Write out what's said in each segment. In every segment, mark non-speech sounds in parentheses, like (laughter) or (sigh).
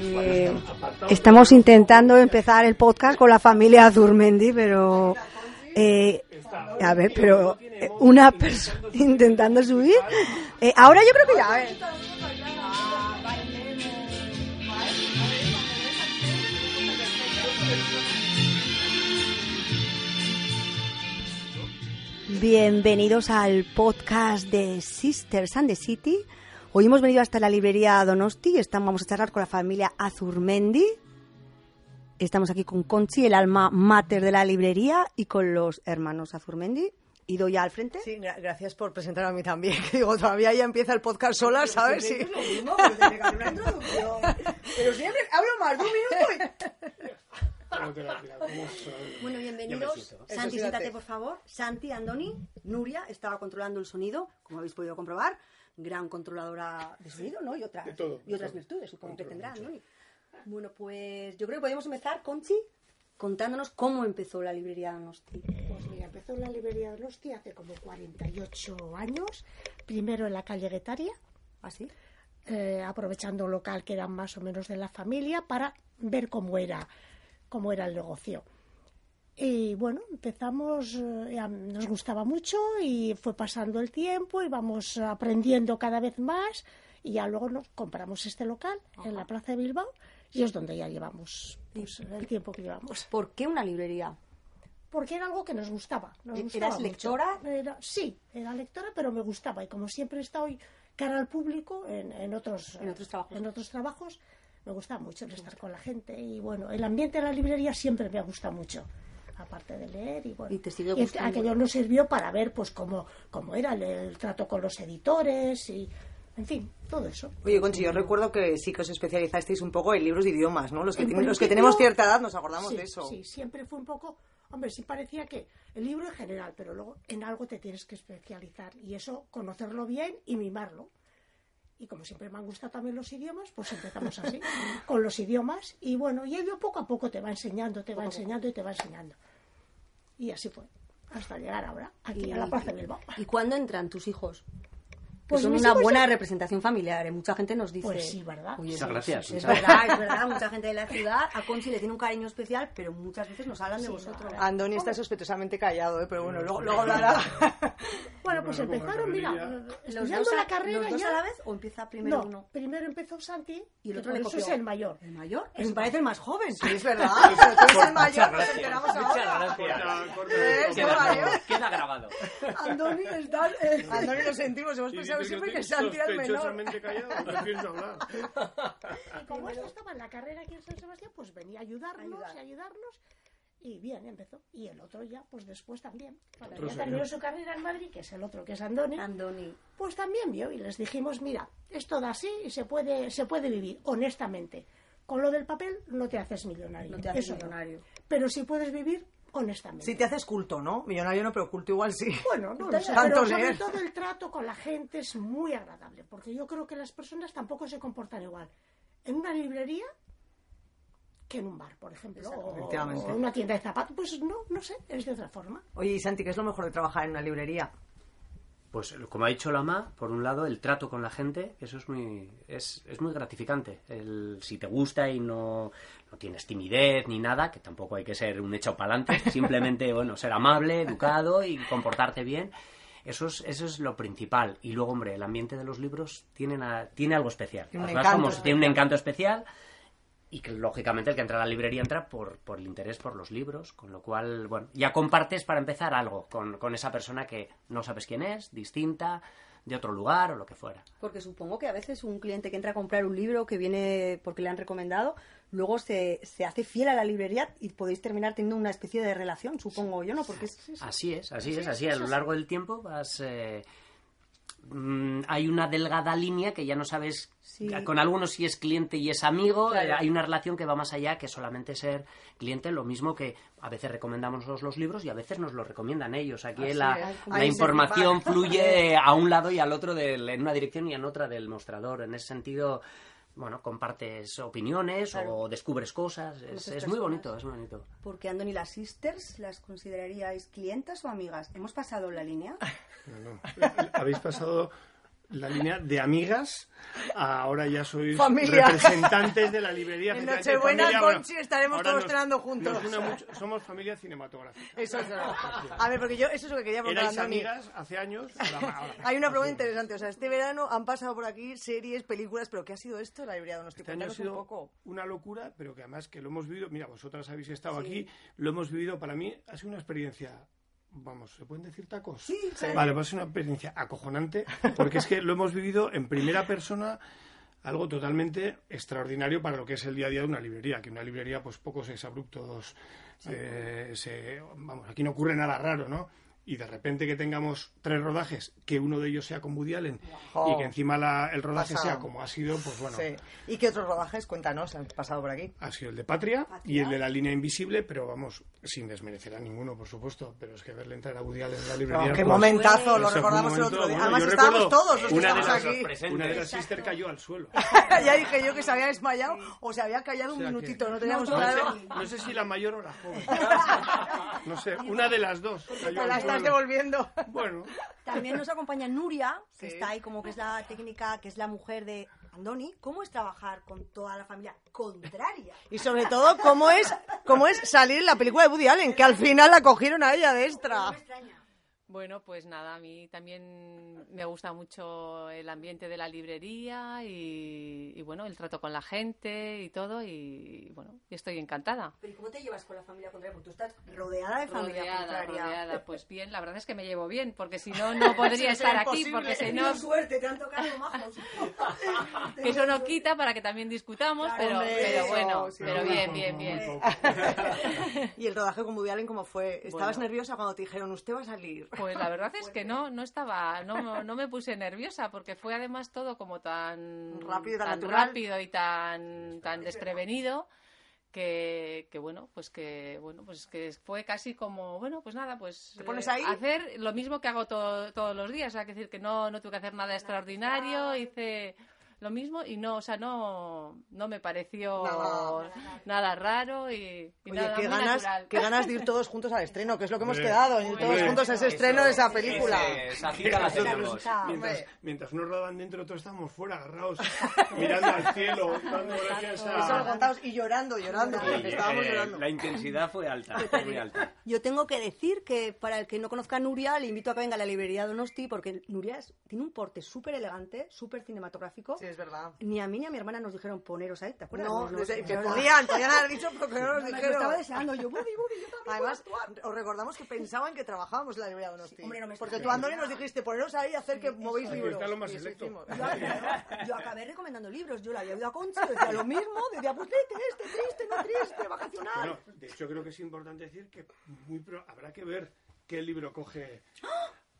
Eh, estamos intentando empezar el podcast con la familia Zurmendi, pero eh, a ver, pero eh, una persona (laughs) intentando subir. Eh, ahora yo creo que ya. a ver. Bienvenidos al podcast de Sisters and the City. Hoy hemos venido hasta la librería Donosti y estamos, vamos a charlar con la familia Azurmendi. Estamos aquí con Conchi, el alma mater de la librería, y con los hermanos Azurmendi. Y doy al frente. Sí, gra- gracias por presentar a mí también. (laughs) Que digo, todavía ya empieza el podcast sola, ¿sabes? Sí. Pero siempre hablo más de un minuto. Bueno, bienvenidos. Santi, Eso, siéntate, siéntate. por favor. Santi, Andoni, Nuria estaba controlando el sonido, como habéis podido comprobar. Gran controladora de sonido, ¿no? Y otras, y otras virtudes, supongo que tendrá, ¿no? Y- Bueno, pues yo creo que podemos empezar, Conchi, contándonos cómo empezó la librería Donosti. Pues mira, empezó la librería de Donosti hace como 48 años, primero en la calle Guetaria, ¿Así? eh, aprovechando un local que era más o menos de la familia para ver cómo era, cómo era el negocio. Y bueno, empezamos, eh, a- nos gustaba mucho y fue pasando el tiempo, íbamos aprendiendo cada vez más y ya luego nos compramos este local en la Plaza de Bilbao y es donde ya llevamos pues, el tiempo que llevamos. ¿Por qué una librería? porque era algo que nos gustaba. nos ¿E-, ¿Eras gustaba mucho. lectora? Era- sí, era lectora, pero me gustaba. Y como siempre he estado cara al público en, en otros, En otros trabajos. en otros trabajos, me gusta mucho el estar con la gente. Y bueno, el ambiente de la librería siempre me ha gustado mucho. Aparte de leer y bueno. Y te sigue es- gustando. aquello nos sirvió para ver pues cómo, cómo era el, el trato con los editores y, en fin, todo eso. Oye, Conchi, yo recuerdo que sí que os especializasteis un poco en libros de idiomas, ¿no? Los que, En tienen- los que principio- tenemos cierta edad nos acordamos sí, de eso. Sí, siempre fue un poco. Hombre, sí parecía que el libro en general, pero luego en algo te tienes que especializar. Y eso, conocerlo bien y mimarlo. Y como siempre me han gustado también los idiomas, pues (laughs) empezamos así, con los idiomas. Y bueno, y ello poco a poco te va enseñando, te va enseñando y te va enseñando. Y así fue, hasta llegar ahora, aquí a la Plaza de Bilbao. ¿Y cuándo entran tus hijos? Pues Pues son mis una hijos buena representación familiar. ¿eh? Mucha gente nos dice. Pues sí, ¿verdad? "Oye, Muchas sí, gracias, sí, Es muchas verdad, es verdad. Mucha gente de la ciudad a Conchi le tiene un cariño especial, pero muchas veces nos hablan de Sí, vosotros. ahora- Andoni está sospechosamente callado, ¿eh? pero bueno, luego, luego hablará. Bueno, pues empezaron, mira, ¿Los estudiando dos a- la carrera los dos ya... a la vez o empieza primero no, uno? primero empezó Santi Y el que otro por le eso copió. es el mayor. ¿El mayor? Pues me parece el más joven. Sí, es verdad, pero tú eres el mayor, nos Muchas enteramos gracias. ahora. Muchas gracias. Eh, es Queda mayor. grabado, queda grabado. Andoni, estás, eh, Andoni, lo sentimos, hemos pensado siempre que Santi era el menor. Sospechosamente callado, no pienso hablar. Y como esto estaba en la carrera aquí en San Sebastián, pues venía a ayudarnos Ayudar. y ayudarnos. Y bien, empezó. Y el otro ya, pues después también. Cuando Otro ya terminó señor. su carrera en Madrid, que es el otro, que es Andoni, Andoni. pues también vio y les dijimos, mira, esto da así y se puede, se puede vivir, honestamente. Con lo del papel no te haces millonario. No te haces eso no. millonario. Pero sí puedes vivir honestamente. Si te haces culto, ¿no? Millonario no, pero culto igual (laughs) sí. Bueno, no lo sé, Tanto pero sobre leer. todo el trato con la gente es muy agradable, porque yo creo que las personas tampoco se comportan igual en una librería que en un bar, por ejemplo, o Efectivamente. o en una tienda de zapatos. Pues no, no sé, es de otra forma. Oye, y Santi, ¿qué es lo mejor de trabajar en una librería? Pues como ha dicho la Ma, por un lado el trato con la gente, eso es muy es, es muy gratificante. El, si te gusta y no, no tienes timidez ni nada, que tampoco hay que ser un hecho (laughs) pa'lante, simplemente bueno, ser amable, educado y comportarte bien. Eso es, eso es lo principal. Y luego, hombre, el ambiente de los libros tiene, na- tiene algo especial. Tiene un Las vas encanto como si tiene un especial. encanto especial. Y que lógicamente el que entra a la librería entra por, por el interés por los libros, con lo cual, bueno, ya compartes para empezar algo con, con esa persona que no sabes quién es, distinta, de otro lugar o lo que fuera. Porque supongo que a veces un cliente que entra a comprar un libro que viene porque le han recomendado, luego se, se hace fiel a la librería y podéis terminar teniendo una especie de relación, supongo yo, ¿no? Porque es... Ah. Así es, así es, así es. A lo largo del tiempo vas. eh, mm, hay una delgada línea que ya no sabes. Sí. Con algunos si es cliente y es amigo. Claro. eh, hay una relación que va más allá que solamente ser cliente. Lo mismo que a veces recomendamos nosotros los libros y a veces nos los recomiendan ellos. Aquí Así la, es. la Ahí se información equipa. fluye a un lado y al otro, del- en una dirección y en otra del mostrador. En ese sentido. Bueno, compartes opiniones Claro. o descubres cosas. Es, Conoces es muy personas. bonito, es muy bonito. Porque Andoni, las sisters, ¿las consideraríais clientas o amigas? ¿Hemos pasado la línea? No, no. Habéis pasado la línea de amigas, a ahora ya sois Familia. representantes de la librería. En efectivamente, Nochebuena, familia, bueno, Conchi, estaremos ahora todos nos- cenando juntos. nos une mucho- somos familia cinematográfica. Eso es verdad. A ver, porque yo eso es lo que quería preguntar Erais a Andoni. amigas hace años. (laughs) ahora- ahora. Hay una pregunta interesante. O sea, este verano han pasado por aquí series, películas, pero ¿qué ha sido esto, la librería Donosti? Este año ha Cuéntanos un sido poco. una locura, pero que además que lo hemos vivido. Mira, vosotras habéis estado aquí, lo hemos vivido. Para mí ha sido una experiencia. Vamos, ¿se pueden decir tacos? Sí, Vale, pues es una experiencia acojonante, porque es que lo hemos vivido en primera persona, algo totalmente extraordinario para lo que es el día a día de una librería, que una librería, pues pocos exabruptos, eh, se- vamos, aquí no ocurre nada raro, ¿no? Y de repente que tengamos tres rodajes, que uno de ellos sea con Woody Allen, y que encima la- el rodaje Pasado. sea como ha sido, pues bueno, Sí. ¿Y qué otros rodajes? Cuéntanos, han pasado por aquí. ha sido el de Patria, y el de la línea invisible, pero vamos, sin desmerecer a ninguno, por supuesto, pero es que verle entrar a Woody Allen en la librería... No, qué pues, momentazo, lo eso fue un recordamos el momento, otro día. bueno, Además yo estábamos recuerdo todos los que una de estamos las- (laughs) aquí. Una de las sisters cayó al suelo. ya dije yo que se había desmayado o se había callado O sea un que- minutito, no teníamos No sé, claro. no sé si la mayor o la joven. (laughs) No sé, una de las dos. cayó Te la al estás suelo. devolviendo. Bueno, También nos acompaña Nuria, que Sí. está ahí como que es la técnica, que es la mujer de Andoni. ¿Cómo es trabajar con toda la familia contraria? Y sobre todo, ¿cómo es, cómo es salir en la película de Woody Allen, que al final la cogieron a ella de extra. Bueno, pues nada, a mí también me gusta mucho el ambiente de la librería y, y, bueno, el trato con la gente y todo y bueno, y estoy encantada. Pero ¿y cómo te llevas con la familia contraria? Porque tú estás rodeada de familia Rodeada, contraria. (laughs) rodeada, pues bien, la verdad es que me llevo bien, porque si no, no podría Eso sería estar aquí, imposible. porque si Qué no, suerte, te han tocado majos. eso no quita para que también discutamos, Claro, pero, hombre, pero eso, bueno, sí, pero hombre. (laughs) bien, bien, bien. Y el rodaje con Woody Allen, ¿cómo fue? ¿Estabas Bueno. nerviosa cuando te dijeron, usted va a salir? Pues la verdad es que no, no estaba, no, no me puse nerviosa porque fue además todo como tan Rápido, tan natural. rápido y tan, tan desprevenido que, que bueno, pues que bueno, pues que fue casi como, bueno, pues nada, pues ¿Te pones eh, ahí? hacer lo mismo que hago to- todos los días, o sea, que decir que no, no tuve que hacer nada extraordinario, hice lo mismo y no, o sea, no, no me pareció Nada. nada raro y, y Oye, nada, qué muy ganas, natural. qué ganas de ir todos juntos al estreno, que es lo que hemos Hombre. quedado, ir todos Hombre. juntos a ese Eso, estreno de esa ese- película. Esa cita la tenemos. mientras, Hombre. mientras unos rodaban dentro, todos estábamos fuera, agarrados, mirando al cielo, dando gracias Eso lo a... contamos y llorando, llorando, Y, porque estábamos eh, llorando. La intensidad fue alta, fue muy alta. Yo tengo que decir que para el que no conozca a Nuria, le invito a que venga a la librería Donosti, porque Nuria es- tiene un porte súper elegante, súper cinematográfico. Sí, es verdad. Ni a mí ni a mi hermana nos dijeron poneros ahí, ¿te acuerdas? No, Nos- desde- nos- que nos- podían, podían haber dicho, pero que no nos nos- nos dijeron. estaba deseando yo, Budi, Budi, yo también. Además, os recordamos que pensaban que trabajábamos en la librería de Donosti. Sí, hombre, no me porque extraña. tú, Andoni, nos dijiste, poneros ahí y hacer que movéis Aquí libros. está lo más Y eso selecto. hicimos. Yo, acabé- yo acabé recomendando libros, yo la había oído a Concha, decía lo mismo, decía, pues léete este, triste, no triste, vacacional. Bueno, de hecho creo que es importante decir que muy pro- habrá que ver qué libro coge.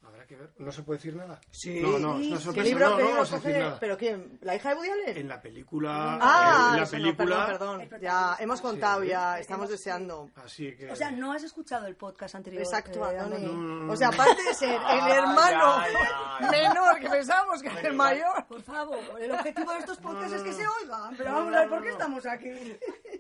Habrá que ver. No se puede decir nada. Sí. No, no, ¡Ah! es Sí, una sí. ¿Qué sorpresa. libro, no, qué no libro vamos a decir coge? nada. ¿Pero quién? ¿La hija de Woody Allen? En la película, Ah, en Eh, la eso no, película, perdón, perdón. Ya, hemos contado Sí. ya, estamos deseando. así que O sea, no has escuchado el podcast anterior. Exacto, Ah, eh, Andoni. Andoni. O sea, aparte de ser el Ah, hermano ya, ya. menor que pensábamos que era el mayor. Por favor, el objetivo de estos podcasts es que se oigan, pero vamos a ver por qué estamos aquí.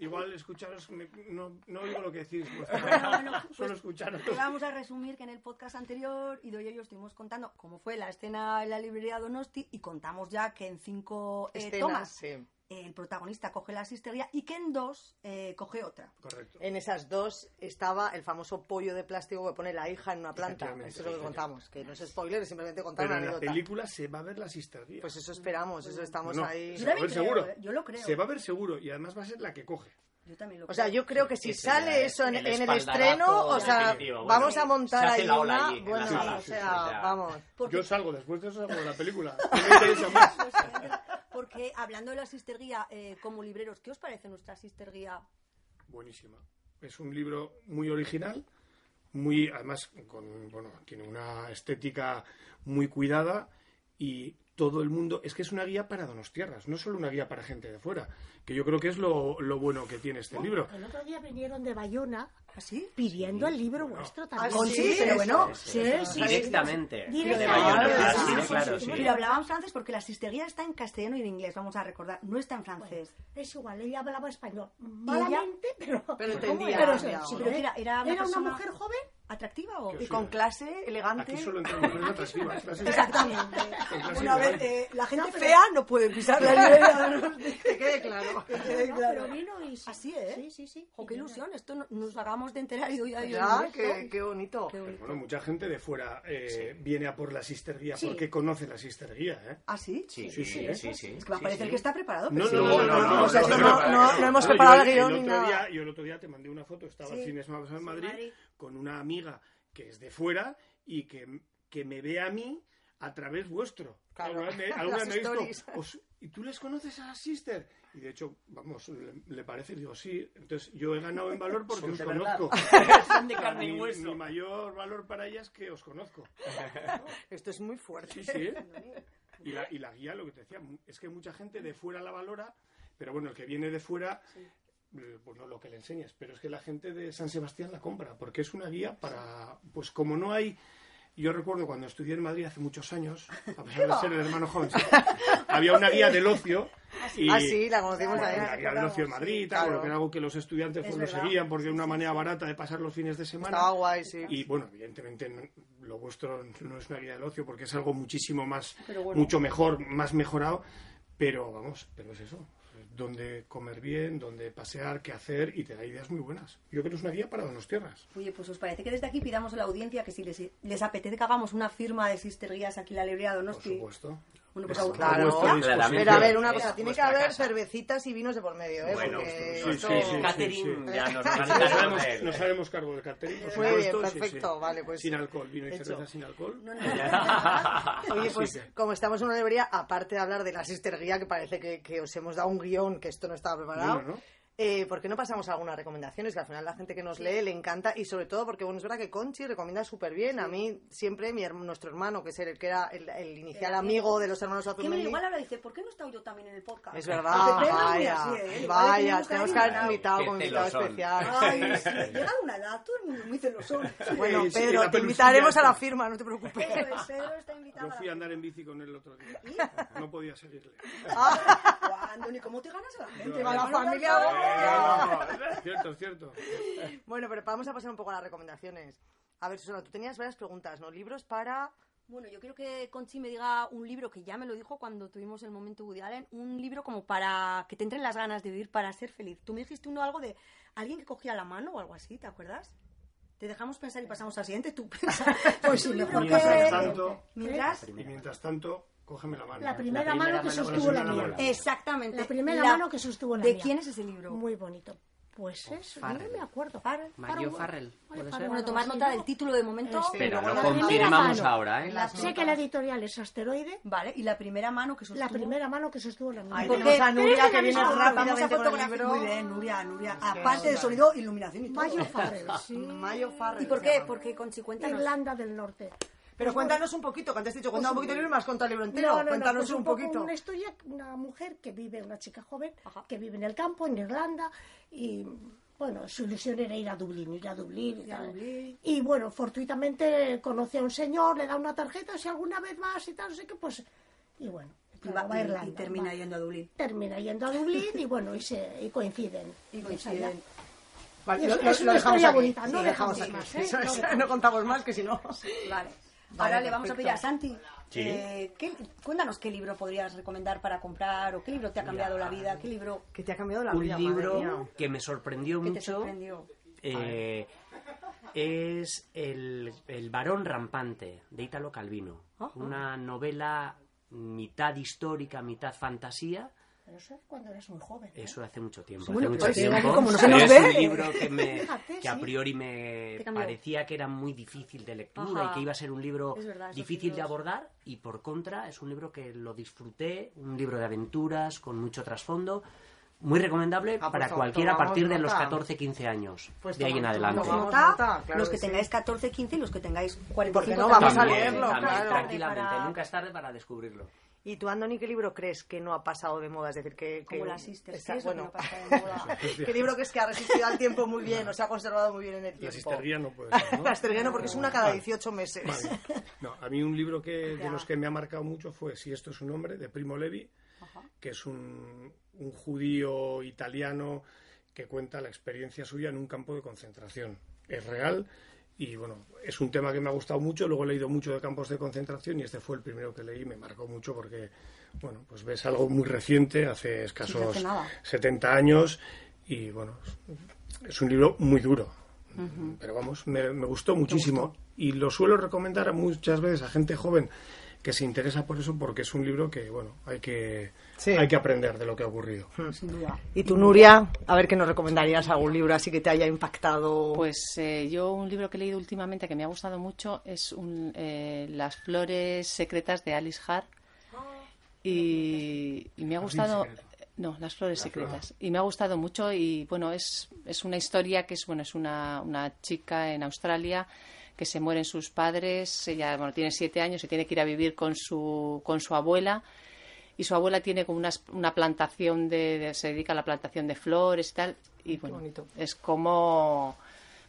igual escucharos, me- no, no oigo lo que decís, pues, Bueno, bueno, pues, solo escucharos. te vamos a resumir que en el podcast anterior, Ido y yo estuvimos contando cómo fue la escena en la librería Donosti y contamos ya que en cinco eh, Escenas, tomas sí. el protagonista coge la cisterna y que en dos eh, coge otra. Correcto. En esas dos estaba el famoso pollo de plástico que pone la hija en una planta. Efectivamente, Eso es lo que efectivamente. contamos, que no es spoiler, es simplemente contar Pero una en la anécdota. película se va a ver la cisterna. Pues eso esperamos, eso estamos No, ahí. Yo también Se creo, va a ver seguro. eh, yo lo creo. Se va a ver seguro y además va a ser la que coge. Yo también lo O sea, creo. yo creo que si Ese ya sale es eso en en el el, espaldarazo estreno, o sea, definitivo, bueno, vamos a se montar hace ahí la ola una, allí, en la bueno, sala, o sí, sí, sea, ya. vamos. Porque- Yo salgo después de eso salgo de la (laughs) película. No me interesa más. Pues, eh, Porque hablando de la cisterguía como libreros, ¿qué os parece nuestra cisterguía? Buenísima. Es un libro muy original, muy, además, con, bueno, tiene una estética muy cuidada y todo el mundo, es que es una guía para Donostierras, no solo una guía para gente de fuera, que yo creo que es lo, lo bueno que tiene este libro. El otro día vinieron de Bayona ¿Ah, ¿Sí? pidiendo el libro vuestro también. Ah, sí, pero bueno, Sí, sí, sí. Directamente. Directamente. De Valladolid, Ah, Sí, sí, sí, sí, claro, sí. sí. Pero hablábamos antes porque la cistería está en castellano y en inglés, vamos a recordar, no está en francés. Es igual, ella hablaba español. Malamente, pero. Pero entendía, Pero, ya, sí, pero ¿eh? era- era una persona- mujer joven. ¿Atractiva o...? Sí. Y con clase, elegante. Aquí solo entramos mujeres atractivas. clases- Exactamente. con clases Bueno, a ver, de- eh, la gente No, pero- fea no puede pisar la librería (laughs) de los- Que quede claro. Eh, No, claro. Pero vino y sí. Así, ¿eh? Sí, sí, sí. Jo, Y qué vino. ilusión, esto no- nos acabamos de enterar y hoy hay Ya, un- qué, qué bonito. Bueno, mucha gente de fuera eh, viene a por la sisterguía Sí. porque conoce la sisterguía, ¿eh? ¿Ah, sí? Sí, Sí, sí, sí, ¿eh? sí. sí, Es que va a parecer sí. que está preparado. No, pero sí. no, no, no, no, no, o sea, no, esto no, no- no- no hemos no, preparado yo el guión ni otro nada. día- yo el otro día te mandé una foto, estaba Sí. el cines más en Madrid, Madrid. con una amiga que es de fuera y que, que me ve a mí a través vuestro. Claro, Alguna vez (laughs) me, las alguna vez me ha stories. visto, "Os- ¿y tú les conoces a la sister? Y de hecho, vamos, le, le parece, digo, sí. Entonces yo he ganado en valor porque Son os de (laughs) verdad. conozco. Son de carne y mi, hueso. mi mayor valor para ella es que os conozco. Esto es muy fuerte. Sí, (laughs) sí. Y la, y la guía, lo que te decía, mu- es que mucha gente de fuera la valora, pero bueno, el que viene de fuera, eh, pues no lo que le enseñas, pero es que la gente de San Sebastián la compra, porque es una guía para, pues como no hay... Yo recuerdo cuando estudié en Madrid hace muchos años, a pesar (laughs) de ser el hermano joven, sí, había una guía del ocio. Y, Ah, sí, la conocimos bueno, también. la guía del ocio en Madrid, y tal, claro. bueno, que era algo que los estudiantes pues, Es lo verdad. seguían porque era una manera barata de pasar los fines de semana. Estaba guay, sí. Y bueno, evidentemente no- lo vuestro no es una guía del ocio porque es algo muchísimo más, mucho mejor, más mejorado, pero vamos, pero es eso, donde comer bien, donde pasear, qué hacer y te da ideas muy buenas. Yo creo que es una guía para tierras Oye, pues os parece que desde aquí pidamos a la audiencia que si les, les apetece que hagamos una firma de Sister Guías aquí en la librería de por Donosti. supuesto. Bueno, pues Está aún- a Claro. vuestra disposición. Pero a ver, una Es cosa, tiene que vuestra haber casa. cervecitas y vinos de por medio, ¿eh? Bueno, Porque sí, esto- sí, sí. Catherine sí. (laughs) ya nos Nos organizaremos haremos, (laughs) él. nos haremos cargo del catering, por Muy bien, supuesto, sí, sí. perfecto, vale, pues- Sin Ah, alcohol, vino y Hecho. cerveza sin alcohol. Oye, Así pues que- como estamos en una librería, aparte de hablar de la sisterguía, que parece que, que os hemos dado un guión, que esto no estaba preparado, No, no, no. eh, ¿por qué no pasamos a algunas recomendaciones? Que al final la gente que nos lee le encanta y sobre todo porque, bueno, es verdad que Conchi recomienda súper bien. A mí siempre mi herma- nuestro hermano, que es el que era el, el inicial Era amigo de los hermanos Que me Azurmendi, igual ahora dice, ¿por qué no he estado yo también en el podcast? es verdad, Ah, te pegas muy vaya, así, ¿eh? Igual le vaya, tenemos que haber cariño. invitado Qué con un invitado celosón. especial. Ay, sí, llega una edad, todo el mundo muy celosón. Bueno, Sí, Pedro, sí, la te pelusilla invitaremos a esta. la firma, no te preocupes. Eso es, Pedro está invitado Yo a la fui a andar en bici con él el otro día. No podía seguirle. ¿Cuándo ni cómo te ganas a la gente? Yo- Vale, La vale, familia- vale. ¿eh? Cierto, cierto. Bueno, pero vamos a pasar un poco a las recomendaciones. A ver, Susana, tú tenías varias preguntas, ¿no? Libros para... Bueno, yo quiero que Conchi me diga un libro que ya me lo dijo cuando tuvimos el momento Woody Allen, un libro como para que te entren las ganas de vivir para ser feliz. Tú me dijiste uno algo de alguien que cogía la mano o algo así, ¿te acuerdas? Te dejamos pensar y pasamos al siguiente. Tú piensas. Pues un libro Mientras que... tanto, Mientras... y mientras tanto, cógeme la mano. La primera, La primera mano que mano sostuvo la que sostuvo la mía. mano. Exactamente. La primera mano que sostuvo la ¿De mía. quién es ese libro? Muy bonito. Pues eso, yo no Farrell. me acuerdo. Mario Farrell, puede ser. Bueno, tomar nota del título de momento. Este. Pero Luego lo la primera confirmamos mano. ahora, ¿eh? La- Sé que la editorial es Asteroide. Vale, y la primera mano que sostuvo... La primera mano que sostuvo la mía. Ahí Porque- tenemos a pero es Nuria, de que la viene misma- Vamos a rápidamente con el fotografía. libro. Muy bien, Nuria, Nuria. Aparte de sonido, iluminación y todo. Mayo Farrell, sí. Mayo Farrell. ¿Y por se qué? llama. Porque Conchi cuenta Irlanda del Norte. Pero cuéntanos un poquito, que antes te he dicho, cuéntanos un poquito el libro, más contado el libro entero. No, no, no, cuéntanos pues un poco poquito. Una historia, una mujer que vive, una chica joven, que vive en el campo, en Irlanda, y bueno, su ilusión era ir a Dublín, ir a Dublín y tal. Y bueno, fortuitamente conoce a un señor, le da una tarjeta, si alguna vez más y tal, no sé qué, pues. Y bueno, Y, claro, va a va, y, Irlanda. y termina va. yendo a Dublín. Termina yendo a Dublín y bueno, y, se, y coinciden. Y Pues O sea, coinciden. Vale, es- lo, lo- es lo una dejamos historia aquí. bonita, no lo dejamos dejamos más, aquí. (laughs) ¿eh? Eso No es, dejamos. no contamos más, que si no... Vale. Vale, Ahora le vamos a perfecto. pedir a Santi. Sí. eh, ¿qué- cuéntanos qué libro podrías recomendar para comprar o qué libro te ha cambiado la vida, qué libro Que te ha cambiado la Un vida, madre libro mía. que me sorprendió que te mucho sorprendió. eh, es el, el varón rampante de Italo Calvino. Una novela mitad histórica, mitad fantasía. Pero eso es cuando eras muy joven. ¿eh? Eso hace mucho tiempo. Bueno, hace mucho pues, tiempo. como no se pero nos es ve. un libro que, me- Fíjate, que a sí. priori me Te cambió. parecía que era muy difícil de lectura Ajá. y que iba a ser un libro Es verdad, esos difícil de libros. abordar y por contra es un libro que lo disfruté, un libro de aventuras con mucho trasfondo. Muy recomendable Ah, pues para to- cualquiera a tomamos partir de los nota. 14-15 años. Pues de ahí en tomamos- adelante. tomamos- Nota, nota, claro los que que sí. tengáis 14, 15 y los que tengáis 45. Porque no vamos a también. leerlo, también, claro. tranquilamente. Para- Nunca es tarde para descubrirlo. ¿Y tú, Andoni, qué libro crees que no ha pasado de moda? Es decir, que... que Como las sisters, está- sí, eso que bueno, no pasa de (laughs) moda. ¿Qué libro crees que ha resistido al tiempo muy bien o se ha conservado muy bien en el La tiempo? (laughs) sisterguía no puede ser, ¿no? La sisterguía no, porque es una cada Vale. 18 meses. Vale. No, a mí un libro que, de Ya. los que me ha marcado mucho fue Si esto es un hombre, de Primo Levi, que es un, un judío italiano que cuenta la experiencia suya en un campo de concentración. Es real y, bueno, es un tema que me ha gustado mucho. Luego he leído mucho de campos de concentración y este fue el primero que leí y me marcó mucho porque, bueno, pues ves algo muy reciente, hace escasos hace nada. 70 años y, bueno, es- es un libro muy duro. Pero vamos, me, me gustó muchísimo. Y lo suelo recomendar a muchas veces a gente joven que se interesa por eso porque es un libro que, bueno, hay que, Sí. Hmm. hay que aprender de lo que ha ocurrido. (laughs) ¿Y tú, Nuria? A ver, ¿qué nos recomendarías algún libro así que te haya impactado? Pues eh, yo un libro que he leído últimamente que me ha gustado mucho es un, eh, Las flores secretas de Alice Hart y, y me ha gustado secreto. no las flores secretas y me ha gustado mucho y bueno es es una historia que es bueno es una una chica en Australia que se mueren sus padres ella bueno tiene siete años se tiene que ir a vivir con su con su abuela y su abuela tiene como una, una plantación de, de- se dedica a la plantación de flores y tal y bueno bonito. es como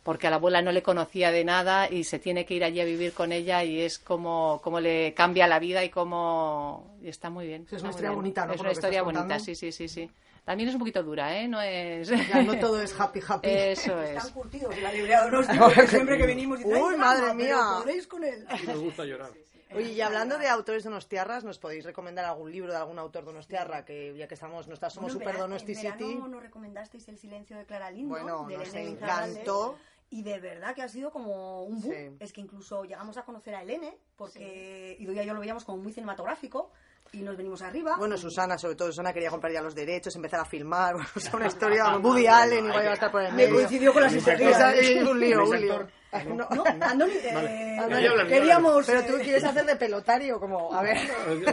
porque a la abuela no le conocía de nada y se tiene que ir allí a vivir con ella y es como, como le cambia la vida y como y está muy bien. Es una está muy historia bien. bonita, ¿no? Es Por una lo que historia estás bonita, contando. sí, sí, sí, sí. También es un poquito dura, ¿eh? No es... Ya, no (laughs) todo es happy, happy. (laughs) Eso Están es. curtidos la librería de Donosti, porque siempre que venimos dicen, Pues Uy, "Ay, madre drama, pero mía". podréis con él. Me gusta llorar. Oye, y hablando de autores donostiarras, ¿nos podéis recomendar algún libro de algún autor donostiarra? Que ya que estamos, nosotras somos Bueno, super verá- donosti en city. verano nos recomendasteis El silencio de Clara Lindo. Bueno, de nos Elena encantó. Lizarralde, Y de verdad que ha sido como un boom. Sí. Es que incluso llegamos a conocer a Elene, porque Idoia y yo lo veíamos como muy cinematográfico, y nos venimos arriba. Bueno, y- Susana, sobre todo Susana quería comprar ya los derechos, empezar a filmar, (laughs) bueno, o sea, una historia Woody Allen igual iba a estar por el Me medio. coincidió con las Esa historias. es un lío, ¿No (laughs) es un lío. actor? Ay, no. (laughs) No, Andoni, eh, Andoni, eh, habla, queríamos... Pero eh, tú quieres hacer de pelotario, como, a ver.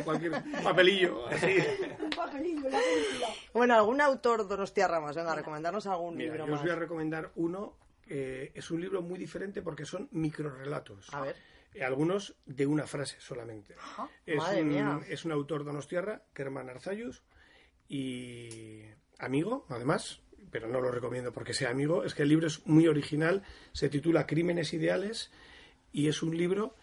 Cualquier papelillo, así. un papelillo en la película. (laughs) Bueno, algún autor donostiarra más, venga, recomendarnos algún Mira, libro yo os más. voy a recomendar uno. eh, es un libro muy diferente porque son microrelatos. A ver. Eh, Algunos de una frase solamente. Es, madre un, mía. es un autor donostiarra, Kerman Arzayus, y amigo, además, pero no lo recomiendo porque sea amigo. Es que el libro es muy original, se titula Crímenes Ideales y es un libro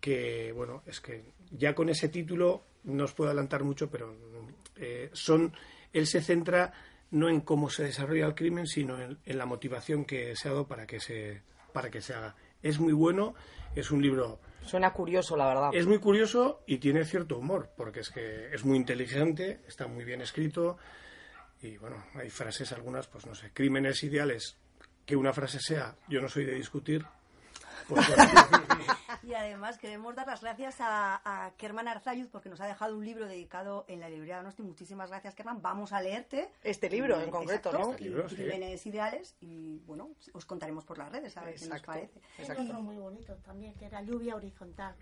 que, bueno, es que ya con ese título no os puedo adelantar mucho, pero mm, eh, son. Él se centra no en cómo se desarrolla el crimen, sino en, en la motivación que se ha dado para que se, para que se haga. Es muy bueno, es un libro Suena curioso, la verdad. es muy curioso y tiene cierto humor, porque es que es muy inteligente, está muy bien escrito y bueno, hay frases algunas, pues no sé, crímenes ideales, que una frase sea, yo no soy de discutir, pues bueno, Y además queremos dar las gracias a, a Kerman Arzayuz porque nos ha dejado un libro dedicado en la librería de Donosti. Muchísimas gracias, Kerman. Vamos a leerte. Este libro en Y- concreto, exacto, ¿no? Este libro, y sí. Crímenes Ideales. Y bueno, os contaremos por las redes a ver qué nos Exacto. parece. Otro muy bonito también, que era Lluvia Horizontal.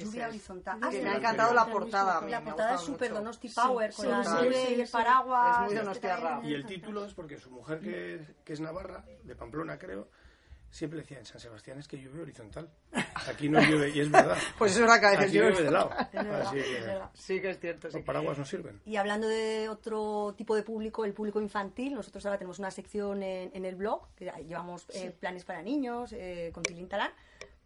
Lluvia horizontal. Ah, Que sí, me ha la encantado anterior. la portada. a mí, La me ha portada es gustado súper mucho. Donosti Power, Sí, con sí, la sí, nube sí, y el sí. paraguas. Ah, Es muy que donostiarra. traen- y el título es porque su mujer, que, que es navarra, de Pamplona creo, siempre le decía en San Sebastián es que llueve horizontal, aquí no llueve, y (laughs) es verdad, Pues eso es una cabeza. aquí llueve de lado, Es verdad, así es verdad. que Sí que es cierto, sí. los paraguas no sirven. Y hablando de otro tipo de público, el público infantil, nosotros ahora tenemos una sección en, en el blog, que llevamos eh, planes para niños, eh, con Tilín Talán.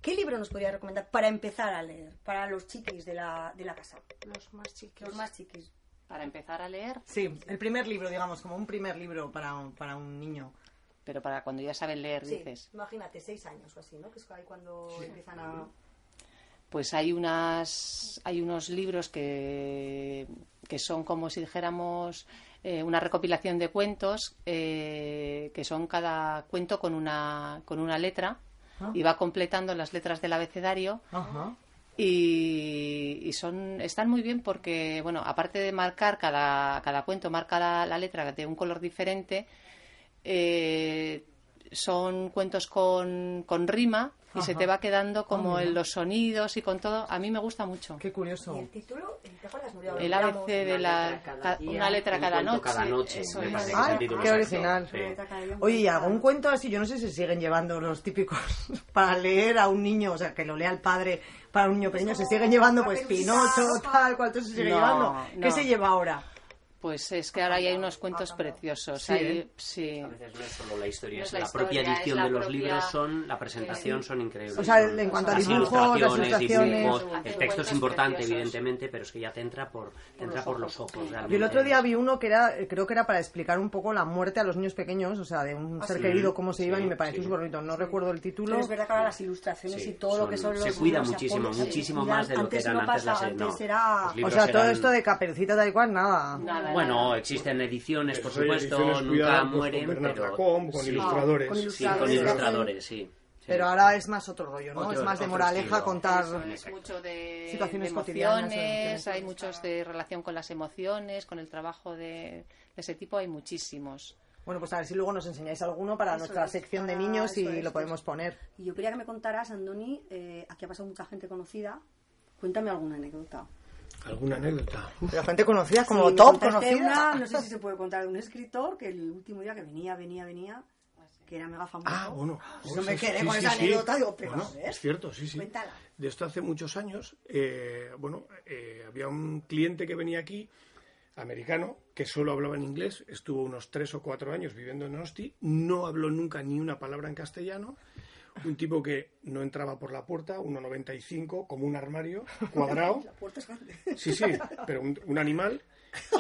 ¿Qué libro nos podría recomendar para empezar a leer, para los chiquis de la, de la casa? Los más chiquitos. Los más chiquis. Para empezar a leer, Sí, el primer libro, digamos, como un primer libro para un, para un niño. pero para cuando ya saben leer, Sí, dices. imagínate, seis años o así, ¿no? Que es ahí cuando empiezan a... Pues hay unas hay unos libros que, que son como si dijéramos eh, una recopilación de cuentos eh, que son cada cuento con una con una letra y va completando las letras del abecedario Ajá. y, y son están muy bien porque bueno aparte de marcar cada cada cuento marca la, la letra de un color diferente eh, son cuentos con, con rima y se te va quedando como en los sonidos y con todo. A mí me gusta mucho. Ah, Qué Y curioso. el título, ¿te acuerdas, Nuria? Lo El hablamos. ABC de la. letra ca- cada día, Una letra un cada cuento noche. cada noche, Eso me es. parece que Ah, el título qué exacto. original. Sí. Oye, ¿y algún cuento así? Yo no sé si siguen llevando los típicos (laughs) para leer a un niño, o sea, que lo lea el padre para un niño pequeño. Se siguen llevando, pues, Pinocho, tal, cual, todo se sigue No, llevando. ¿Qué no. se lleva ahora? Pues es que ahora ya hay unos cuentos preciosos. Ah, Sí, ¿eh? Hay- Sí. A veces no es solo la historia, No es es la la, propia historia, edición es la de los propia- libros, son la presentación, son increíbles. O sea, son en cuanto a las dibujos, ilustraciones, las ilustraciones. dibujos, Hacen el texto es cuentos importante, preciosos. evidentemente, pero es que ya te entra por, te entra por los ojos. realmente. Yo el otro día vi uno que era, creo que era para explicar un poco la muerte a los niños pequeños, o sea, de un ser sí. querido, cómo se Sí, iban, y me pareció sí. súper bonito. No recuerdo el título. Pero es verdad que ahora las ilustraciones Sí, y todo lo que son son- los se cuida los muchísimo, apoyos, se muchísimo cuidan. más de lo que eran no antes las- pasaba, no. era... Los libros O sea, todo eran- esto de caperucita tal y cual, nada. Nada, Bueno, nada. existen ediciones, por Eso hay supuesto, ediciones nunca cuidadas, pues, mueren, Con Bernard pero Lacombe, con sí, ilustradores. Con sí, con ilustradores. ilustradores, sí. Sí. Pero ahora es más otro rollo, ¿no? Otro- es más de otro moraleja estilo. contar. Eso es mucho de, Situaciones de cotidianas, pues, emociones, emociones, hay muchos de relación con las emociones, con el trabajo de, de ese tipo, hay muchísimos. Bueno, pues a ver si luego nos enseñáis alguno para Eso nuestra es, sección de para- niños eso y es, lo podemos poner. Y yo quería que me contaras, Andoni, eh, aquí ha pasado mucha gente conocida. Cuéntame alguna anécdota. ¿Alguna anécdota? Pero gente conocida, como Sí, me top contaste conocida. una, (laughs) no sé si se puede contar de un escritor que el último día que venía, venía, venía, que era mega famoso. Ah, bueno. Yo pues me eso, quedé con esa anécdota, digo, pero Bueno, a ver. Es cierto, sí, sí. Cuéntala. De esto hace muchos años, eh, bueno, eh, había un cliente que venía aquí, americano, que solo hablaba en inglés, estuvo unos tres o cuatro años viviendo en Nosti, no habló nunca ni una palabra en castellano. Un tipo que no entraba por la puerta, 1,95, como un armario, cuadrado. (laughs) La puerta es grande. Sí, sí, pero un, un animal.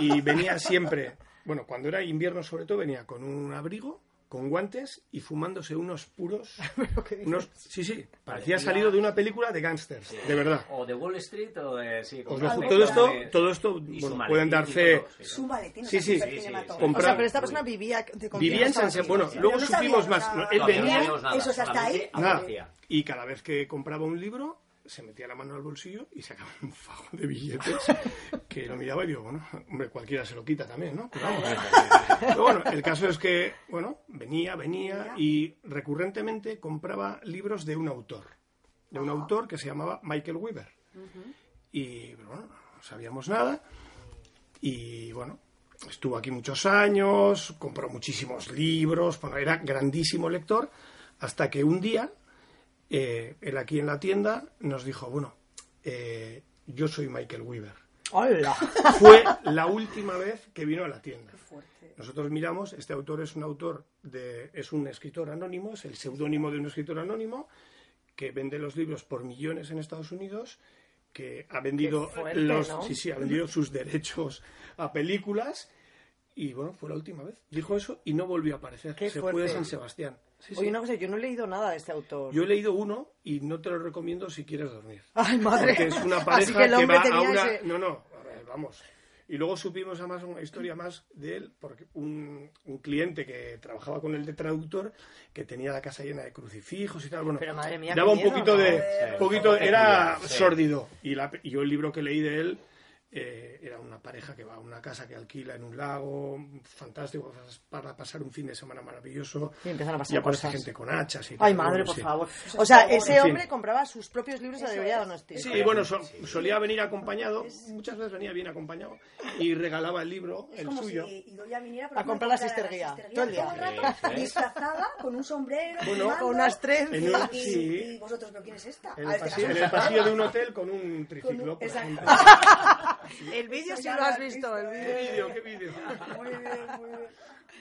Y venía siempre, bueno, cuando era invierno sobre todo, venía con un abrigo, con guantes y fumándose unos puros. (laughs) unos, sí, sí, parecía salido de una película de gángsters, de verdad. O de Wall Street o de... Sí, Os con- dejo con- todo esto, de- todo esto, y su bueno, maletín pueden y dar todo, fe. sí, ¿no? Su maletín, Sí, es sí. súper Sí, sí, cinematográfico. O sea, Comprar- pero esta persona vivía de confianza Vivía en San aquí. Sebastián. Bueno, Sí. luego no supimos sabíamos más. nada. Él Todavía no venía, sabíamos nada, eso es hasta solamente ahí. nada. aparecía. Y cada vez que compraba un libro, se metía la mano al bolsillo y sacaba un fajo de billetes que lo miraba y digo, bueno, hombre, cualquiera se lo quita también, ¿no? Pero (laughs) vamos. Pero bueno, el caso es que, bueno, venía, venía y recurrentemente compraba libros de un autor. De un autor que se llamaba Michael Weaver. Y pero bueno, no sabíamos nada. Y bueno, estuvo aquí muchos años, compró muchísimos libros, bueno, era grandísimo lector, hasta que un día eh, él aquí en la tienda nos dijo, bueno, eh, yo soy Michael Weaver. ¡Hola! Fue la última vez que vino a la tienda. Nosotros miramos, este autor es un autor de, es un escritor anónimo, es el seudónimo de un escritor anónimo que vende los libros por millones en Estados Unidos, que ha vendido fuerte, los, ¿no? sí, sí, ha vendido sus (laughs) derechos a películas y bueno, fue la última vez. Dijo eso y no volvió a aparecer. Qué Se fue fuerte. de San Sebastián. Sí, sí. (laughs) Oye, una cosa, yo no he leído nada de este autor. Yo he leído uno y no te lo recomiendo si quieres (laughs) dormir. ¡Ay, madre! Porque es una Así pareja que el que, hombre va a tenía una... ese... No, no, a ver, vamos. Y luego supimos además una historia más de él, porque un, un cliente que trabajaba con él de traductor, que tenía la casa llena de crucifijos y tal, bueno, Pero, madre mía, daba qué un miedo, poquito ¿no? de... Sí, poquito, un poco era peculiar, sí. sórdido. Y, la- y yo el libro que leí de él eh, era una pareja que va a una casa que alquila en un lago, fantástico, para pasar un fin de semana maravilloso. Y empiezan a pasar Y aparece cosas. gente con hachas y ¡Ay, tal, madre, bueno, por sí. favor! O sea, ese Sí. hombre compraba sus propios libros a la librería de Donosti. Sí, bueno, so- solía venir acompañado, muchas veces venía bien acompañado y regalaba el libro, Es el como suyo. si Idoia viniera por A ejemplo, comprar la a Sister Guía, todo el día. rato, Sí, sí. disfrazada, con un sombrero, Bueno, fumando, con unas En un- trenzas. y, sí. y vosotros, ¿pero quién es esta? En Ah, el, este pasillo, caso, en el pasillo de un hotel con un triciclo. por ejemplo. El vídeo sí ya lo lo has has visto, el ¿Qué vídeo. vídeo? ¿Qué vídeo? Muy bien, muy bien.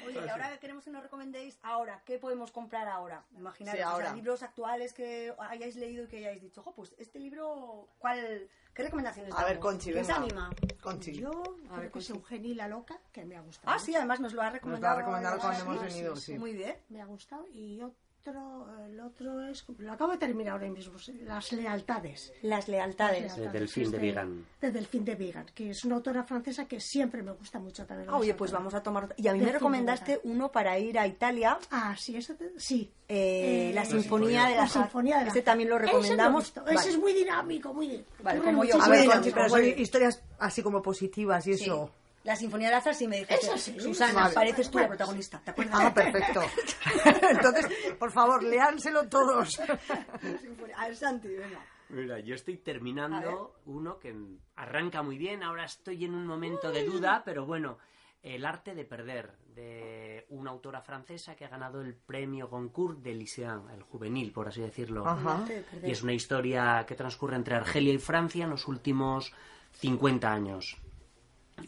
Oye, y ahora queremos que nos recomendéis ahora, ¿qué podemos comprar ahora? Imaginaros, Sí, o sea, ahora. libros actuales que hayáis leído y que hayáis dicho, ojo, pues este libro, ¿cuál, ¿qué recomendaciones A ver, damos? Conchi, ¿Quién se venga. anima? Conchi. Yo A creo ver, que es Conchi. Eugenia la loca, que me ha gustado. Ah, sí, además nos lo ha recomendado. recomendado cuando Ana. hemos venido, sí. Muy bien. Me ha gustado. Y otro, el otro es, lo acabo de terminar ahora mismo, Las lealtades. Las lealtades. Las lealtades, Delfín es de Vigan. De Delfín de Vigan, que es una autora francesa que siempre me gusta mucho también. Ah, oye, pues vamos a tomar... Y a mí me Delfín de recomendaste uno para ir a Italia, Ah, sí, eso te- sí. eh, Eh, la Sinfonía de la... la Sinfonía de la Este también lo Ese recomendamos. he visto, Ese, Vale. es muy dinámico, muy dinámico. Vale, Ocurre como yo. muchísimo. A ver, Sí, Conchi, sí, pero sí. (laughs) son historias así como positivas y eso. La Sinfonía del Azar sí me dices. Eso sí. Susana, Vale. pareces tú la protagonista, ¿te acuerdas? Ah, perfecto. (laughs) Entonces, por favor, leánselo todos. A ver, Santi, venga. Mira, yo estoy terminando uno que arranca muy bien, ahora estoy en un momento de duda, pero bueno, El arte de perder, de una autora francesa que ha ganado el premio Goncourt de Lycean, el juvenil, por así decirlo. Ajá. Y es una historia que transcurre entre Argelia y Francia en los últimos 50 años.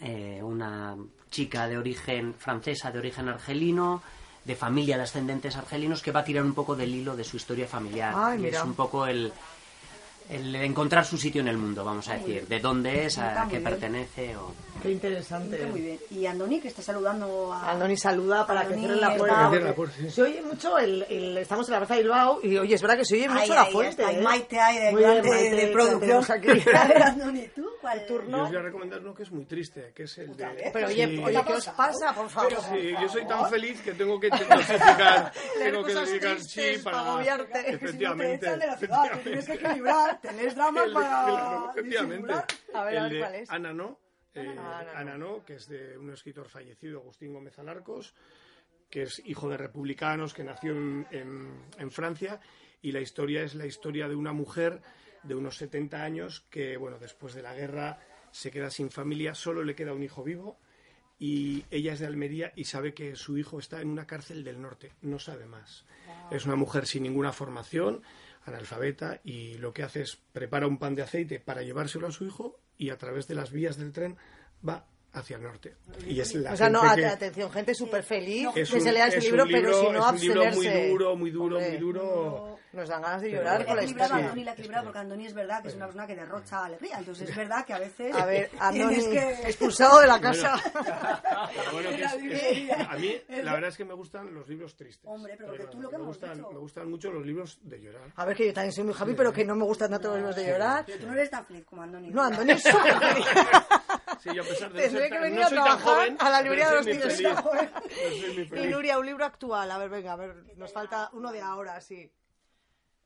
Eh, una chica de origen francesa, de origen argelino, de familia de ascendentes argelinos, que va a tirar un poco del hilo de su historia familiar. Ay, Y es mira. un poco el, el encontrar su sitio en el mundo, vamos a decir. De dónde es, Está a muy qué bien. pertenece. O... Qué interesante. Muy bien. Y Andoni, que está saludando a... Andoni saluda para que Andoni, cierren la está- puerta. Que cierren la puerta, sí. Se oye mucho el, el- Estamos en la Plaza de Bilbao y oye, es verdad que se oye Ahí, mucho ahí, la ya fuente. está. ¿eh? Maite, ahí, de, Muy bien, grande Maite, de que producción. la tenemos aquí. (laughs) A ver, Andoni, ¿tú cuál Yo turno? os voy a recomendar uno que es muy triste, que es el de... Pero oye, Sí. oye, ¿qué os pasa, por favor? Sí, yo soy tan feliz que tengo que dosificar, Leer tengo que cosas dosificar tristes sí para para agobiarte, que si no te efectivamente, echan de la ciudad, que tienes que equilibrar, tenés drama El de- para claro, efectivamente. disimular. A ver, a El ver de cuál es. Ana no, eh, Ah, Ana No. Ana no, que es de un escritor fallecido, Agustín Gómez Alarcos, que es hijo de republicanos, que nació en, en- en Francia, y la historia es la historia de una mujer de unos 70 años que, bueno, después de la guerra se queda sin familia, solo le queda un hijo vivo, y ella es de Almería y sabe que su hijo está en una cárcel del norte, no sabe más. Es una mujer sin ninguna formación, analfabeta, y lo que hace es prepara un pan de aceite para llevárselo a su hijo y a través de las vías del tren va hacia el norte. Y es la O sea, no, gente que- ate- atención, gente súper feliz que es se un- lea este es un libro, pero si no, es un libro abstenerse. muy duro, muy duro, Hombre, muy (laughs) duro. Nos dan ganas de Pero llorar bueno. con La la ha equilibrado historia. Andoni, la ha equilibrado, porque Andoni es verdad que es una persona que derrocha alegría. Entonces es verdad que a veces A (laughs) ver, (laughs) Andoni, tienes que... expulsado de la casa. Pero bueno, que es- es- a mí, la verdad es que me gustan los libros tristes. Hombre, pero porque tú lo que me hemos gustan, dicho- me gustan mucho los libros de llorar. A ver, que yo también soy muy happy, pero que no me gustan tanto los libros de llorar. Tú no eres tan feliz como Andoni. No, Andoni es (laughs) súper feliz. Sí, yo a pesar de Tendré ser que tan- venir no a soy tan trabajar joven, a la librería de pero los soy muy tíos. (laughs) feliz. Pero soy muy Y feliz. Nuria, un libro actual. A ver, venga, a ver, nos falta uno de ahora, sí.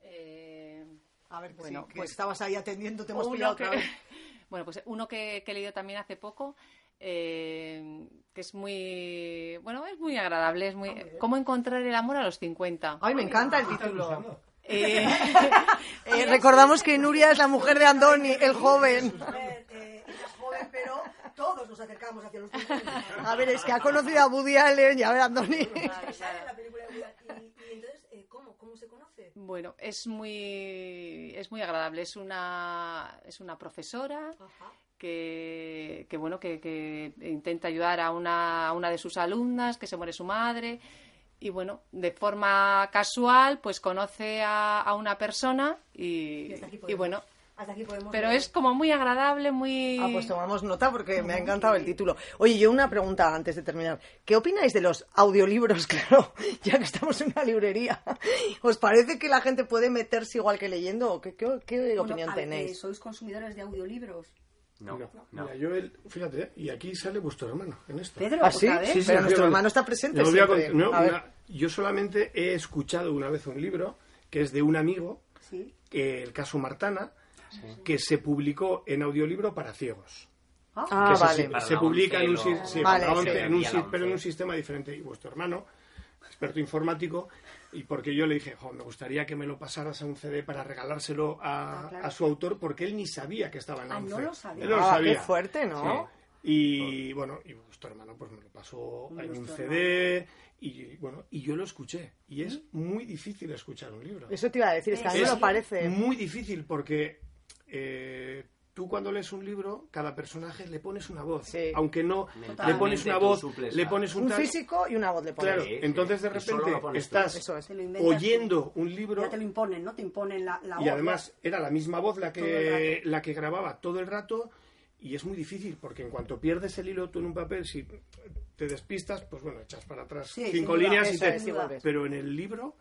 Eh, A ver, bueno, Bueno, que pues- estabas ahí atendiendo, te hemos uno pillado que- otra vez. (laughs) Bueno, pues uno que, que he leído también hace poco, eh, que es muy, bueno, es muy agradable, es muy, Ah, ¿cómo encontrar el amor a los 50? Ay, me encanta el título. Eh, (laughs) Eh, recordamos que Nuria es la mujer de Andoni, el joven. Eh, eh, eres joven, pero todos nos acercamos hacia los 50. (laughs) A ver, es que ha conocido a Woody Allen y a ver, Andoni. Sale en la película de Woody- y, y entonces, eh, ¿cómo? ¿Cómo se conoce? bueno, es muy, es muy agradable, es una, es una profesora que, que, bueno, que, que intenta ayudar a una, a una de sus alumnas, que se muere su madre, y bueno, de forma casual, pues conoce a, a una persona y, hasta aquí podemos. y bueno, Hasta aquí podemos... pero leer. es como muy agradable, muy... Ah, pues tomamos nota porque me ha encantado el título. Oye, yo una pregunta antes de terminar. ¿Qué opináis de los audiolibros, (laughs) claro? Ya que estamos en una librería. ¿Os parece que la gente puede meterse igual que leyendo? ¿O ¿Qué, qué, qué Bueno, opinión a ver, tenéis? que ¿Sois consumidores de audiolibros? No, Mira, no. mira, yo el- fíjate, ¿eh? y aquí sale vuestro hermano en esto. Pedro, ¿Ah, sí? otra vez. Sí, sí. Pero sí, nuestro sí, hermano sí. está presente Yo, voy a siempre. con- no, A ver. una- yo solamente he escuchado una vez un libro que es de un amigo, Sí. que- el caso Martana, que se publicó en audiolibro para ciegos. Ah, Que se- vale. se, Para se la publica en un, once, si- ¿no? sí, Vale, para la once, sí. en un Y a si- la once. pero en un sistema diferente. Y vuestro hermano, experto informático, y porque yo le dije, "Jo, me gustaría que me lo pasaras a un CD para regalárselo a, Ah, claro. a su autor, porque él ni sabía que estaba en la Ah, no once. lo sabía. Él no lo Ah, sabía. qué fuerte, ¿no? Sí. Y bueno, y vuestro hermano pues me lo pasó en un CD y bueno, y yo lo escuché. Y es ¿Mm? muy difícil escuchar un libro. Eso te iba a decir, es que a mí me Es lo parece. Muy difícil porque eh, tú cuando lees un libro, cada personaje le pones una voz. Sí. Aunque no, le Mentalmente pones una tú voz, suples le la- pones un, Un tal- físico y una voz le pones. Claro, Sí, sí. entonces de Y solo lo repente pones tú. estás Eso es. Te lo inventas oyendo un tú. libro Ya te lo imponen, ¿no? Te imponen la, la y voz. además era la misma voz la Todo el que, la que grababa todo el rato y es muy difícil porque en cuanto pierdes el hilo tú en un papel, si te despistas, pues bueno, echas para atrás Sí, sin cinco duda, líneas y eso te... es, y vuelves. pero en el libro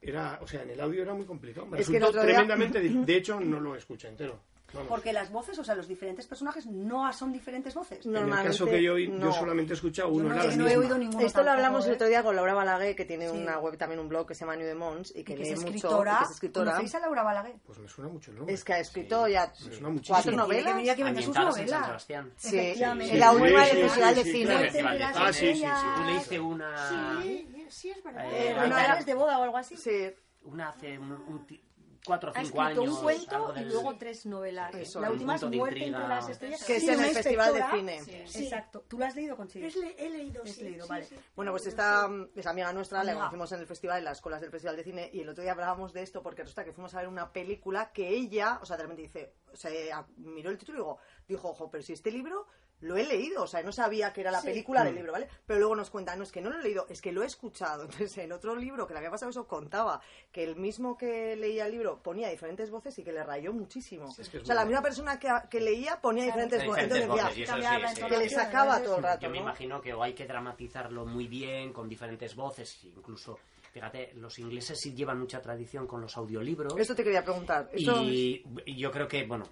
era, o sea, en el audio era muy complicado. Me Es que el resultó otro día- tremendamente difícil. De hecho, no lo escuché entero. Vamos. Porque las voces, o sea, los diferentes personajes no son diferentes voces. En el Normalmente, caso que yo, oí, yo no. solamente he escuchado uno, no era sé, la no he misma. oído ninguno Esto lo tampoco, hablamos el ¿eh? otro día con Laura Balaguer, que tiene una web, también un blog que se llama New Demons y que, Y que lee es mucho, escritora. y que es escritora. ¿Conocéis a Laura Balaguer? Pues me suena mucho el nombre. Es que ha escrito ya Me suena muchísimo. cuatro Sí, Tiene que venir aquí novelas. a vender sus Ambientadas en San novelas. Sebastián. Sí, Efectivamente. en la Sí, última sí, del sí, Festival de sí, Cine. claro. Festival de Ah, sí, sí, sí. Tú le hice una... Sí, sí, es verdad. Eh, una una, era- de boda o algo así. Sí, una hace un, un ti- cuatro o Ha cinco escrito años. un cuento algo y del- luego tres novelas. Eso, la un última es punto de Muerte intriga. entre las estrellas. que es Sí, en una el Festival de inspectora. Cine. Sí. Exacto. ¿Tú la has leído con Es le- he leído, sí. leído, sí, vale. sí. Bueno, pues esta mm, es amiga nuestra, la Amiga. conocimos en el festival, en las colas del Festival de Cine, y el otro día hablábamos de esto porque resulta que fuimos a ver una película que ella, o sea, de repente dice, se a- miró el título y digo, dijo, ojo, pero si este libro lo he leído, o sea, no sabía que era la película Mm. del libro, ¿vale? Pero luego nos cuenta, no es que no lo he leído, es que lo he escuchado. (laughs) Entonces, el otro libro que le había pasado eso contaba que el mismo que leía el libro ponía diferentes voces y que le rayó muchísimo. es que es o sea, la muy misma persona que, que leía ponía diferentes, Hay diferentes voces. Entonces voces, y decía, eso cambiaba sí, la sí, que le sí. sacaba todo el rato, Yo me ¿no? imagino que o hay que dramatizarlo muy bien, con diferentes voces, incluso, fíjate, los ingleses sí llevan mucha tradición con los audiolibros. Esto te quería preguntar. Esto Y yo creo que, bueno,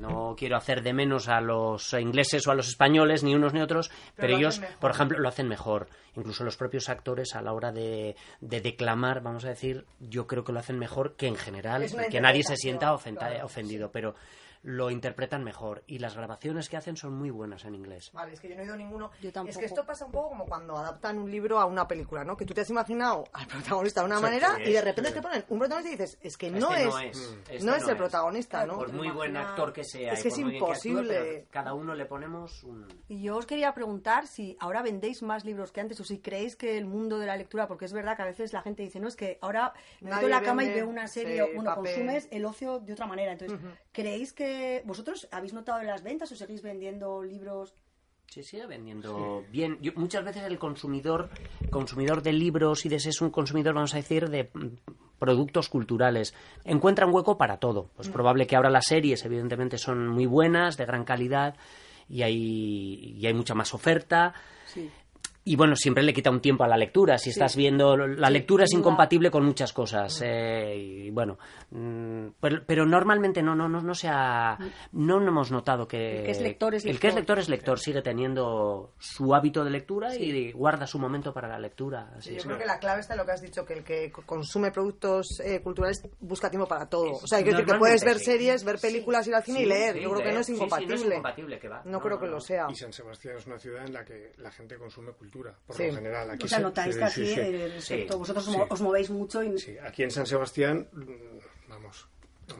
no quiero hacer de menos a los ingleses o a los españoles, ni unos ni otros, pero, lo ellos, hacen mejor. por ejemplo, lo hacen mejor. Incluso los propios actores a la hora de, de declamar, vamos a decir, yo creo que lo hacen mejor que en general, Es una que nadie se interpretación, sienta ofenta- claro, ofendido, pero lo interpretan mejor. Y las grabaciones que hacen son muy buenas en inglés. Vale, es que yo no he oído ninguno. Yo tampoco. Es que esto pasa un poco como cuando adaptan un libro a una película, ¿no? Que tú te has imaginado al protagonista de una manera y de repente te ponen un protagonista y dices, es que no Este es, no es, no este es no el es. protagonista, ¿no? Por muy buen actor que sea, Es y que por es muy bien actúe, imposible. pero cada uno le ponemos un... Y yo os quería preguntar si ahora vendéis más libros que antes o si creéis que el mundo de la lectura, porque es verdad que a veces la gente dice, no, es que ahora me meto Nadie en la cama y vende, veo una sí, serie o bueno, papel. consumes el ocio de otra manera. Entonces, ¿creéis que vosotros habéis notado en las ventas o seguís vendiendo libros? Se sigue vendiendo bien. Yo- muchas veces el consumidor, consumidor de libros y de es un consumidor, vamos a decir, de mm, productos culturales. Encuentra un hueco para todo. Pues probable que ahora las series, evidentemente, son muy buenas, de gran calidad, y hay, y hay mucha más oferta. Sí. Y bueno, siempre le quita un tiempo a la lectura. Si estás viendo, la lectura es sin duda. incompatible con muchas cosas. eh, y bueno, mm, pero, pero normalmente no, no, no, no se ha, no hemos notado que El que es lector es el que es lector. lector es lector, sigue teniendo su hábito de lectura y guarda su momento para la lectura. Así Yo es. creo que la clave está en lo que has dicho, que el que co- consume productos eh, culturales busca tiempo para todo. O sea, hay que decir que puedes Normalmente ver sí. series, ver películas, ir al cine Sí, y leer. sí, Yo creo que leer. no es Sí, sí, incompatible. no es incompatible, que va. No No, creo no, que no. lo sea. Y San Sebastián es una ciudad en la que la gente consume cultura, por Sí. lo general. Aquí O sea, se- notáis sí, que sí, aquí sí. eh, respecto, Sí, vosotros mo- sí. os movéis mucho y Pues Sí, aquí en San Sebastián, mm, vamos,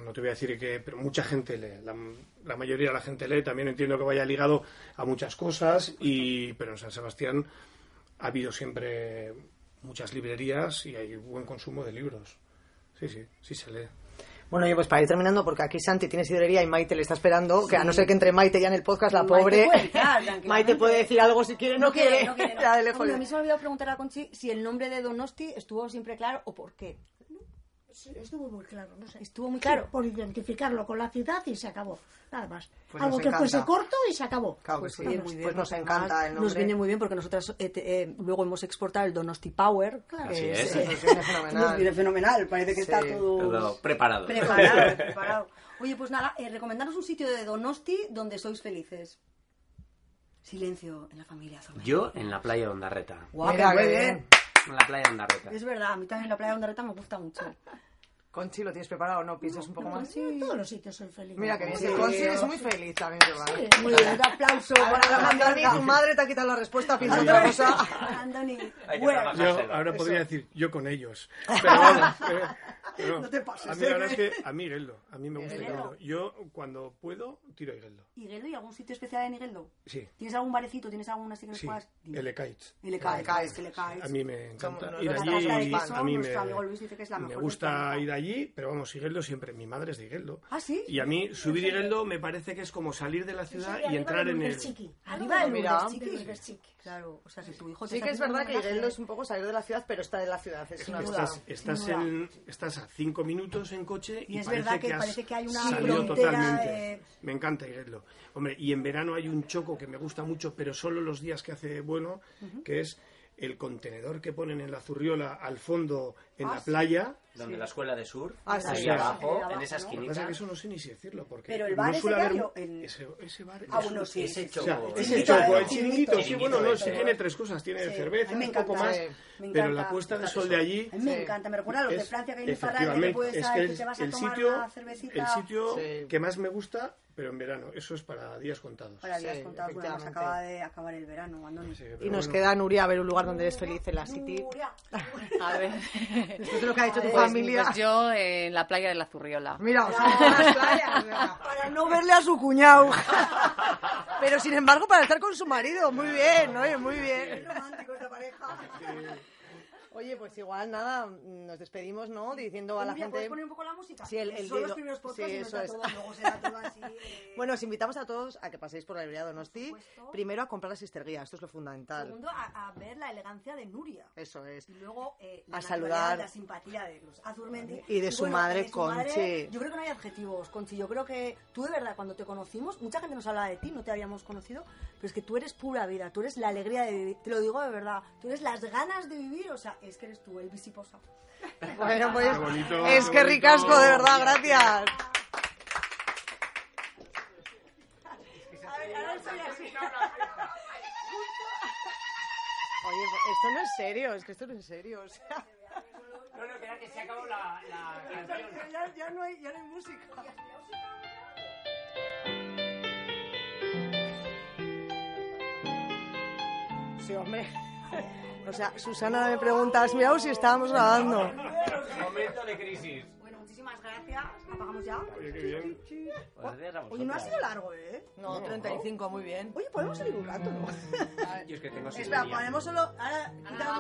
no te voy a decir que, pero mucha gente lee, la, la mayoría de la gente lee, también entiendo que vaya ligado a muchas cosas, y, pero en San Sebastián ha habido siempre muchas librerías y hay buen consumo de libros. Sí, sí, sí se lee. Bueno, yo pues para ir terminando, porque aquí Santi tiene sidrería y Maite le está esperando, que a no ser que entre Maite ya en el podcast, la Maite pobre. puede entrar, tranquilamente. (laughs) Maite puede decir algo si quiere, no, quiere. no quiere, no. (laughs) Ya de lejos. Hombre, a mí se me olvidó preguntar a Conchi si el nombre de Donosti estuvo siempre claro o por qué. Sí, Estuvo muy claro, no sé. Estuvo muy Sí, claro. por identificarlo con la ciudad y se acabó. Nada más. Pues Algo nos que fuese encanta. corto y se acabó. Claro que Pues sí, oye, muy pues, bien, nos además encanta el nombre. Nos viene muy bien porque nosotras eh, te- eh, luego hemos exportado el Donosti Power. Claro. que Así es, es. eh, Nos viene fenomenal. nos viene fenomenal, Parece que Sí. está todo Todo preparado. preparado, preparado. Oye, pues nada, eh, recomendaros un sitio de Donosti donde sois felices. Silencio en la familia. Zorrilla. Yo en la playa de Ondarreta. Guau, Mira, qué qué bien. bien. En la playa de Ondarreta. Es verdad, a mí también la playa de Ondarreta me gusta mucho. Conchi, ¿lo tienes preparado o no? ¿Piensas un poco más? En todos los sitios soy feliz. Mira que bien. Sí. que Conchi es muy feliz también, que vale. Muy bien, un aplauso para la Andoni, tu mandolina. madre te ha quitado la respuesta, piensa otra cosa. Andoni, Hay que bueno, trabajar. Yo Marcelo. ahora podría decir, yo (laughs) con ellos. Pero vamos, eh, pero No te pases, A mí ¿eh? la verdad es que a mí Igeldo, a mí me gusta Igeldo. Igeldo. Yo cuando puedo tiro a Igeldo. ¿Higueldo y algún sitio especial en Higueldo? Sí, ¿Tienes algún barecito? ¿Tienes alguna así que nos sí, puedas? Dime. el Ekaitz. Y le caes, caes, que le A caes. mí me encanta Somos- ir nos allí. encanta el y queso, a mí nuestro me, amigo Luis dice que es la me mejor gusta del ir allí, pero vamos, Igeldo siempre. Mi madre es de Igeldo. ¿Ah, sí? Y a mí subir Igeldo me parece que es como salir de la ciudad y Arriba entrar del en el... Urberchiqui. Arriba del Mira. Urberchiqui. Urberchiqui. Claro, o sea, que tu hijo... te (laughs) Sí está que es haciendo verdad un que homenaje. Higueldo es un poco salir de la ciudad, pero está de la ciudad, es una duda. Estás, estás, en, estás a cinco minutos en coche y, Y es parece verdad que has parece que hay una salido frontera, totalmente. eh, Me encanta irlo. Hombre, y en verano hay un choco que me gusta mucho, pero solo los días que hace bueno, que es el contenedor que ponen en la zurriola al fondo Ah, en la playa. Donde la escuela de sur, Ah, sí, ahí sí. abajo, Abajo, ¿no? Lo en esa que pasa Pues es esquinita, que eso no sé ni si decirlo, porque Pero el no bar ese suele haber- gallo, el- ese, ese bar... Ah, bueno, sí. es- ese o sea, choco. es el el chiringuito, choco, ¿eh? el chiringuito, sí, Chiringuito bueno, no, de es- todo. tiene tres cosas, tiene Sí, cerveza, a mí me un poco encanta, más, eh, me pero encanta. la puesta de sol de allí... A mí me Sí. encanta, me recuerda a los de es- Francia que hay en Ferrari, que te efectivamente, puedes es ahí, que que es te vas a el tomar sitio, una cervecita. el sitio Sí. que más me gusta, pero en verano, eso es para días contados. Ahora habías Sí, contado que nos efectivamente. acaba de acabar el verano, Andoni. Sí, pero Y nos bueno. queda Nuria a ver un lugar donde eres feliz en la City. Nuria. A (laughs) ver. (laughs) Después de lo que ha hecho tu Pues- familia. pues yo eh, en la playa de la Zurriola. Mira, o (laughs) sea, todas las playas, o sea. Para no verle a su cuñado. (laughs) Pero sin embargo, para estar con su marido, muy bien, oye, muy bien. romántico esta pareja. Oye, pues igual nada, nos despedimos, ¿no? Diciendo a la Nuria, ¿puedes gente. poner un poco la música? Sí, el- el Son dedo. los primeros podcasts Sí, y no eso está es. todo, luego será todo (laughs) así. eh, Bueno, os invitamos a todos a que paséis por la librería Donosti. supuesto. Primero a comprar la sisterguía, esto es lo fundamental. Segundo, a, a ver la elegancia de Nuria. Eso es. Y luego eh, A la saludar. naturalidad, la simpatía de Cruz Azurmendi. Y de su madre, y eh, madre, Conchi. yo creo que no hay adjetivos, Conchi. Yo creo que tú de verdad, cuando te conocimos, mucha gente nos habla de ti, no te habíamos conocido, pero es que tú eres pura vida, tú eres la alegría de vivir. Te lo digo de verdad, tú eres las ganas de vivir, o sea, es que eres tú, el Posa. (laughs) Bueno, pues Qué bonito, es qué que bonito. ricasco, de verdad, gracias. A ver, ahora soy así. Oye, pues, esto no es serio, es que esto no es serio. O sea, (laughs) ya, ya no hay, ya no hay música. sí, hombre. (laughs) O sea, Susana me preguntas, miraos si estábamos grabando. Momento de crisis. Bueno, muchísimas gracias. Apagamos ya. Oye, qué bien. Pues, Oye, no ha sido largo, ¿eh? No, 35, muy bien. Oye, podemos salir un rato, ¿no? Yo es que tengo Espera, (laughs) sistería. Ah, ponemos solo. Ahora quitamos